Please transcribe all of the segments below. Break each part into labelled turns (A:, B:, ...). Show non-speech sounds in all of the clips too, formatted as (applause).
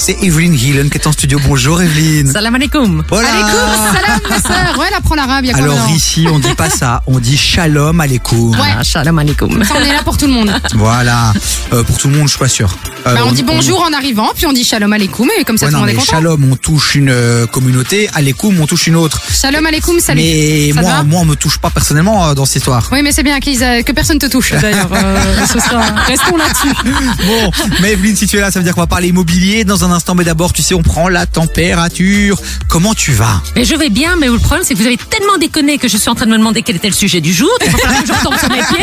A: c'est Evelyne Hillen qui est en studio. Bonjour Evelyne.
B: Salam alaikum.
A: Voilà.
C: Alaikum, salam, ma sœur. Ouais, elle apprend l'arabe, il y a
A: Ah. Alors
C: combien de temps
A: ici, on dit pas ça, on dit shalom alaikum.
C: Ouais.
B: Ah, Shalom alaikum.
C: Ça, on est là pour tout le monde.
A: Voilà. Euh, pour tout le monde, je suis pas sûr. Euh,
C: Bah, on dit bonjour en arrivant, puis on dit shalom alaikum, et comme ça,
A: Ouais,
C: tout
A: non,
C: le monde est
A: mais
C: content.
A: shalom, on touche une euh, communauté, alaikum, on touche une autre.
C: Shalom alaikum, salut.
A: Mais
C: Ça te
A: moi,
C: va
A: moi, on me touche pas personnellement euh, dans cette
C: (laughs)
A: histoire.
C: Oui, mais c'est bien qu'ils, euh, que personne te touche, d'ailleurs, euh, ce soir. Restons là-dessus.
A: Bon, mais Evelyne, si tu es là, ça veut dire qu'on va parler immobilier dans un instant. Mais d'abord, tu sais, on prend la température. Comment tu vas
B: Mais je vais bien, mais le problème c'est que vous avez tellement déconné que je suis en train de me demander quel était le sujet du jour. Donc, il va falloir que je retombe sur mes pieds.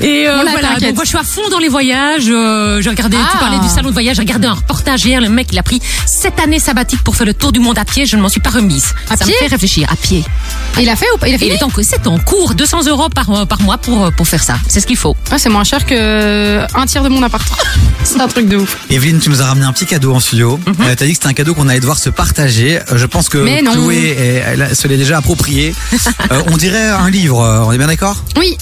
B: Et euh,
C: Bon, là,
B: voilà,
C: t'inquiète.
B: donc moi je suis à fond dans les voyages. euh, j'ai regardé, tu
C: Ah.
B: parlais du salon de voyage, j'ai regardé un reportage hier, le mec il a pris sept années sabbatiques pour faire le tour du monde à pied, je ne m'en suis pas remise.
C: À
B: Ça
C: pied
B: me fait réfléchir, à pied.
C: Et il a fait ou pas? Il a
B: Et il
C: fini?
B: est en, c'est en cours, 200 euros par, euh, par mois pour, euh, pour faire ça. C'est ce qu'il faut.
C: Ouais, Ah, c'est moins cher que euh, un tiers de mon appart. (laughs) c'est un truc de ouf.
A: Evelyne, tu nous as ramené un petit cadeau en studio. Euh, T'as dit que c'était un cadeau qu'on allait devoir se partager. Euh, je pense que
C: Mhm. Mais non.
A: Chloé est- elle a- se l'est déjà
C: (laughs)
A: approprié. Euh, on dirait un livre, euh, on est bien d'accord
C: Oui,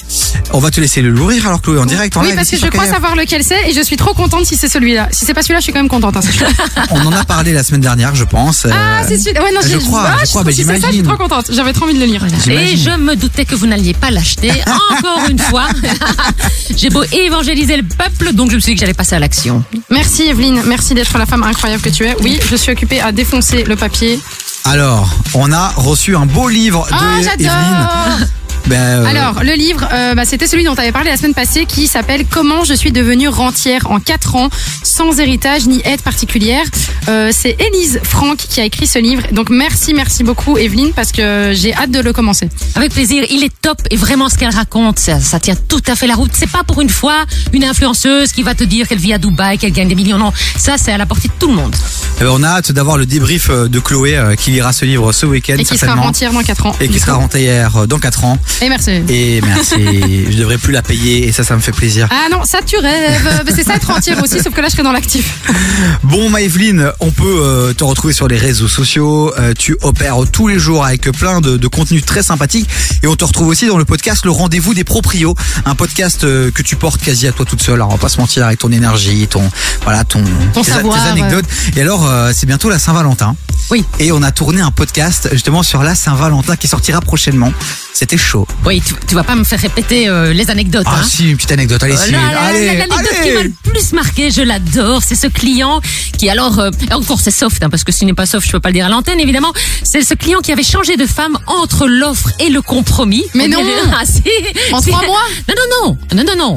A: On va te laisser l'ouvrir alors Chloé en direct. en
C: oui,
A: live,
C: parce
A: ici
C: que
A: sur
C: je crois
A: KR.
C: savoir lequel c'est, et je suis trop contente si c'est celui-là. Si c'est pas celui-là, je suis quand même contente, hein,
A: (laughs)
C: c'est sûr.
A: On en a parlé la semaine dernière, je pense.
C: Ah,
A: Euh,
C: c'est celui Ouais, non,
A: je
C: j'ai-
A: crois,
C: ah,
A: je
C: suis
A: crois,
C: trop-
A: mais
C: si c'est ça, je suis
A: j'imagine.
C: trop contente. J'avais trop envie de le lire.
B: Et
A: J'imagine.
B: je me doutais que vous n'alliez pas l'acheter encore une fois. (laughs) J'ai beau évangéliser le peuple, donc je me suis dit que j'allais passer à l'action.
C: Merci Evelyne, merci d'être la femme incroyable que tu es. Oui, je suis occupée à défoncer le papier.
A: Alors, on a reçu un beau livre de
C: Ah,
A: Evelyne.
C: j'adore
A: Ben, euh,
C: Alors, le livre, euh, bah, c'était celui dont tu avais parlé la semaine passée qui s'appelle Comment je suis devenue rentière en 4 ans, sans héritage ni aide particulière. Euh, C'est Élise Franck qui a écrit ce livre. Donc, merci, merci beaucoup Evelyne, parce que j'ai hâte de le commencer.
B: Avec plaisir, il est top et vraiment ce qu'elle raconte, ça, ça tient tout à fait la route. C'est pas pour une fois une influenceuse qui va te dire qu'elle vit à Dubaï, qu'elle gagne des millions. Non, ça c'est à la portée de tout le monde.
A: eh ben, on a hâte d'avoir le débrief euh, de Chloé euh, qui lira ce livre ce week-end
C: Et qui sera
A: certainement.
C: rentière dans 4 ans.
A: et qui sera rentière euh, dans 4 ans.
C: Et merci.
A: Et
C: (laughs)
A: merci, je devrais plus la payer et ça, ça me fait plaisir.
C: Ah non, ça
A: (laughs)
C: tu rêves. C'est ça être rentière aussi, sauf que là je serai dans l'actif.
A: Bon, Maëveline, on peut euh, te retrouver sur les réseaux sociaux. euh, tu opères tous les jours avec plein de, de contenus très sympathiques. Et on te retrouve aussi dans le podcast Le Rendez-vous des Proprios. Un podcast euh, que tu portes quasi à toi toute seule. Alors, on va pas se mentir avec ton énergie, ton, voilà, ton,
C: Ton
A: tes, a-
C: savoir,
A: tes anecdotes. Et alors, euh, c'est bientôt la Saint-Valentin.
B: Oui.
A: Et on a tourné un podcast justement sur la Saint-Valentin qui sortira prochainement. C'était chaud.
B: Oui, tu, tu vas pas me faire répéter euh, les anecdotes.
A: Ah,
B: hein.
A: si, une petite anecdote. Allez,
B: Euh,
A: Cyril,
B: la- la-
A: allez,
B: la- L'anecdote qui
A: allez.
B: m'a le plus marqué, je l'adore, c'est ce client qui alors, euh, encore c'est soft, hein, parce que s'il n'est pas soft, je peux pas le dire à l'antenne évidemment, c'est ce client qui avait changé de femme entre l'offre et le compromis.
C: Mais
B: On
C: non.
B: ah, si,
C: En
B: si.
C: trois mois
B: Non, non, non, non, non, non.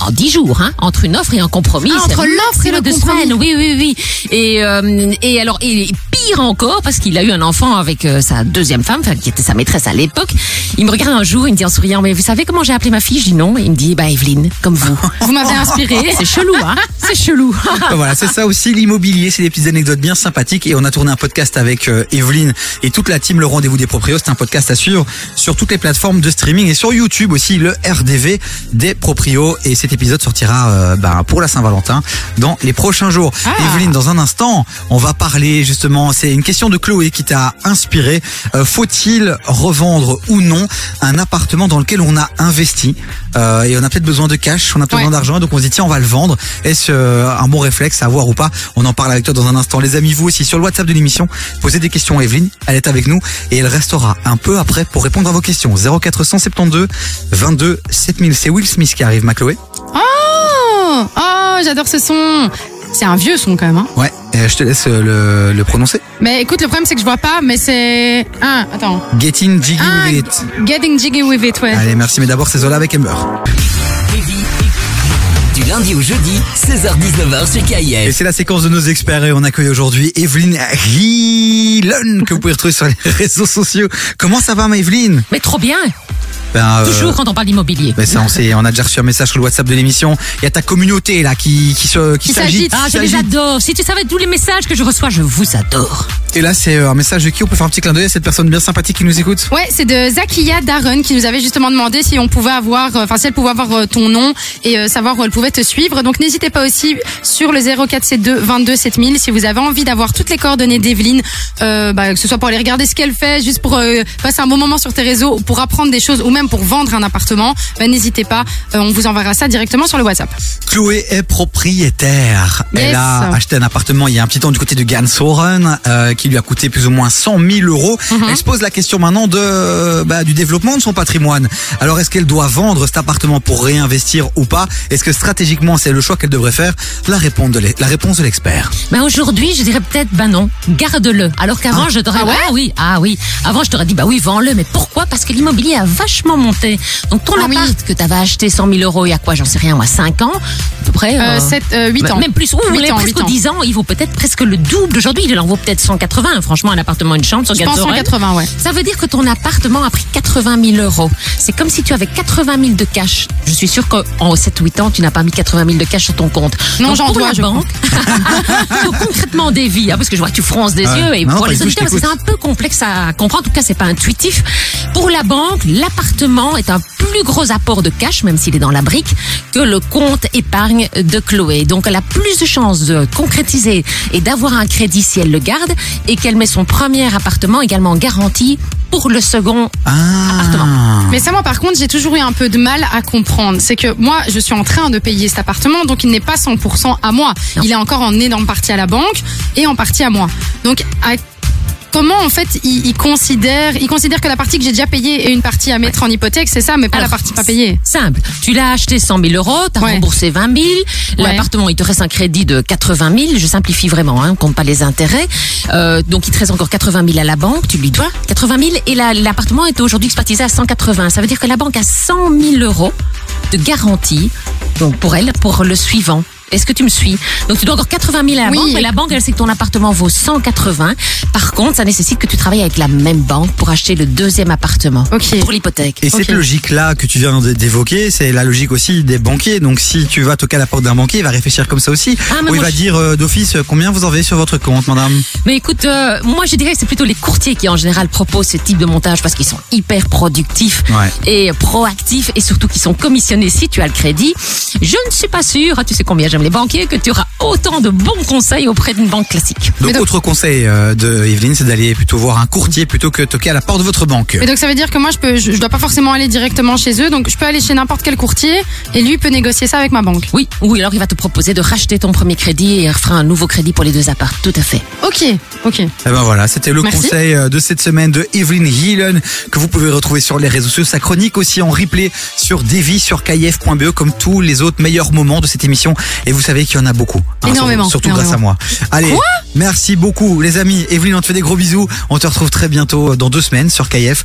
B: En dix jours, hein, entre une offre et un compromis.
C: Ah,
B: c'est
C: entre
B: un
C: l'offre et
B: maximum
C: le
B: de
C: compromis.
B: semaines. Oui, oui, oui. Et, euh, et alors, et pire encore, parce qu'il a eu un enfant avec euh, sa deuxième femme, enfin, qui était sa maîtresse à l'époque. Il me regarde un jour, il me dit en souriant, mais vous savez comment j'ai appelé ma fille Je dis non. Et il me dit, bah, Evelyne, comme
C: (laughs)
B: vous.
C: Vous m'avez inspiré.
A: (laughs)
B: C'est chelou, hein C'est
C: (laughs)
B: chelou.
A: Ah, (laughs) voilà, c'est ça aussi l'immobilier, c'est des petites anecdotes bien sympathiques et on a tourné un podcast avec euh, Evelyne et toute la team Le Rendez-vous des Proprios, c'est un podcast à suivre sur toutes les plateformes de streaming et sur YouTube aussi le RDV des Proprios et cet épisode sortira euh, ben, pour la Saint-Valentin dans les prochains jours.
C: Ah.
A: Evelyne, dans un instant, on va parler justement, c'est une question de Chloé qui t'a inspiré, Euh, faut-il revendre ou non un appartement dans lequel on a investi Euh, et on a peut-être besoin de cash, on a peut-être
C: Ouais.
A: besoin d'argent, donc on se dit tiens on va le vendre. Est-ce euh, un bon réflexe à avoir ou pas On en parle avec toi dans un instant. Les amis, vous aussi sur le WhatsApp de l'émission, posez des questions à Evelyne, elle est avec nous et elle restera un peu après pour répondre à vos questions. 0472 22 7000. C'est Will Smith qui arrive, ma Chloé.
C: Oh, oh, j'adore ce son. C'est un vieux son quand même. Hein.
A: Ouais, euh, je te laisse euh, le, le prononcer.
C: Mais écoute, le problème c'est que je vois pas, mais c'est. Ah, attends.
A: Getting Jiggy
C: Ah,
A: with it.
C: Getting Jiggy with it, ouais.
A: Allez, merci, mais d'abord c'est Zola avec Ember.
D: Du lundi au jeudi, 16h-19h sur
A: Et
D: KIF.
A: c'est la séquence de nos experts et on accueille aujourd'hui Evelyne Hillen que vous pouvez retrouver sur les réseaux sociaux. Comment ça va, ma Evelyne
B: Mais trop bien.
A: Ben, euh,
B: Toujours quand on parle d'immobilier.
A: ben ça, on, sait, on a déjà reçu un message sur le WhatsApp de l'émission. Il y a ta communauté là qui, qui, se, qui
C: Qui
A: s'agite.
C: s'agite.
B: Ah, je
A: qui
B: les
A: s'agite.
B: adore. Si tu savais tous les messages que je reçois, je vous adore.
A: Et là, c'est euh, un message de qui On peut faire un petit clin d'œil à cette personne bien sympathique qui nous écoute
C: Ouais, c'est de Zakia Darren qui nous avait justement demandé si on pouvait avoir, euh, enfin si elle pouvait avoir euh, ton nom et euh, savoir où elle pouvait te suivre. Donc n'hésitez pas aussi sur le 0472 22 7000 si vous avez envie d'avoir toutes les coordonnées d'Evelyne, euh, bah, que ce soit pour aller regarder ce qu'elle fait, juste pour euh, passer un bon moment sur tes réseaux, pour apprendre des choses ou même même pour vendre un appartement, ben, n'hésitez pas, euh, on vous enverra ça directement sur le WhatsApp. Euh,
A: Chloé est propriétaire.
C: Yes.
A: Elle a acheté un appartement il y a un petit temps du côté de Gansoren euh, qui lui a coûté plus ou moins 100 000 euros.
B: Mhm.
A: Elle se pose la question maintenant de euh, bah, du développement de son patrimoine. Alors est-ce qu'elle doit vendre cet appartement pour réinvestir ou pas Est-ce que stratégiquement c'est le choix qu'elle devrait faire La réponse de l'e- la réponse de l'expert.
B: Ben aujourd'hui, je dirais peut-être, ben non, garde-le. Alors qu'avant, je t'aurais,
C: Ah ouais
B: oui, ah oui. Avant, je t'aurais dit, bah oui, vends-le. Mais pourquoi Parce que l'immobilier a vachement monté. Donc ton
C: Ah oui.
B: appart que t'avais acheté 100 000 euros il y a quoi, j'en sais rien, moi, 5 ans, à peu près.
C: Euh,
B: euh,
C: sept, euh, huit
B: bah,
C: ans.
B: Même plus, oui,
C: Huit
B: on est
C: ans,
B: presque
C: huit ans.
B: 10 ans, il vaut peut-être presque le double aujourd'hui. Il en vaut peut-être 180, franchement, un appartement, une chambre, sur
C: Je pense 180, ouais.
B: ça veut dire que ton appartement a pris 80 000 euros. C'est comme si tu avais 80 000 de cash. Je suis sûre qu'en 7-8 ans, tu n'as pas mis 80 000 de cash sur ton compte.
C: Non,
B: Donc,
C: j'en
B: pour
C: dois,
B: la
C: je
B: banque. (laughs) faut concrètement des vies, hein, parce que je vois que tu fronces des
A: Ouais.
B: yeux et
A: Non,
B: pour
A: pas
B: les
A: du tout, je
B: auditeurs, c'est
A: t'écoute.
B: un peu complexe à comprendre. En tout cas, c'est pas intuitif. Pour la banque, l'appartement est un plus gros apport de cash, même s'il est dans la brique, que le compte épargne de Chloé. Donc, elle a plus de chances de concrétiser et d'avoir un crédit si elle le garde et qu'elle met son premier appartement également en garantie pour le second.
A: Ah.
B: Appartement.
C: Mais ça, moi, par contre, j'ai toujours eu un peu de mal à comprendre. C'est que moi, je suis en train de payer cet appartement, donc il n'est pas 100% à moi.
B: Non.
C: Il est encore en énorme partie à la banque et en partie à moi. Donc, à Comment en fait ils ils considèrent ils considèrent que la partie que j'ai déjà payée et une partie à mettre en hypothèque c'est ça mais pas
B: Alors,
C: la partie pas payée
B: Simple. Tu l'as acheté 100 000 euros, t'as
C: Ouais.
B: remboursé 20 000. L'appartement, il te reste un crédit de 80 000. Je simplifie vraiment, hein, on compte pas les intérêts. Euh, donc, il te reste encore 80 000 à la banque. Tu lui dois 80 000 et la- l'appartement est aujourd'hui expertisé à 180. Ça veut dire que la banque a 100 000 euros de garantie. Donc, pour elle, pour le suivant. Est-ce que tu me suis Donc, tu dois encore 80 000 à la
C: Oui,
B: banque, mais
C: et-
B: la banque, elle sait que ton appartement vaut 180. Par contre, ça nécessite que tu travailles avec la même banque pour acheter le deuxième appartement.
C: Ok.
B: Pour l'hypothèque.
A: Et cette
C: Ok.
A: logique-là que tu viens d'é- d'évoquer, c'est la logique aussi des banquiers. Donc si tu vas toquer à la porte d'un banquier, il va réfléchir comme ça aussi.
B: Ah, mais
A: Ou il
B: moi,
A: va
B: je-
A: dire euh, d'office euh, combien vous en avez sur votre compte, madame.
B: Mais écoute, euh, moi je dirais que c'est plutôt les courtiers qui en général proposent ce type de montage parce qu'ils sont hyper productifs
A: Ouais.
B: et proactifs et surtout qu'ils sont commissionnés si tu as le crédit. Je ne suis pas sûre, tu sais combien j'aime les banquiers, que tu auras autant de bons conseils auprès d'une banque classique.
A: Donc, autre conseil euh, de Evelyne, c'est d'aller plutôt voir un courtier plutôt que toquer à la porte de votre banque.
C: Mais donc ça veut dire que moi je peux je, je dois pas forcément aller directement chez eux donc je peux aller chez n'importe quel courtier et lui peut négocier ça avec ma banque
B: Oui, ou alors il va te proposer de racheter ton premier crédit et il refera un nouveau crédit pour les deux apparts. Tout à fait.
C: ok ok
A: Et ben voilà, c'était le
C: Merci.
A: conseil euh, de cette semaine de Evelyne Hillen que vous pouvez retrouver sur les réseaux sociaux. Sa chronique aussi en replay sur Davy, sur kf.be E, comme tous les autres meilleurs moments de cette émission. Et vous savez qu'il y en a beaucoup. hein,
C: Énormément,
A: Surtout
C: énormément.
A: grâce à moi. Allez, merci beaucoup les amis. Evelyne, on te fait des gros bisous. On te retrouve très bientôt euh, dans deux semaines sur KF.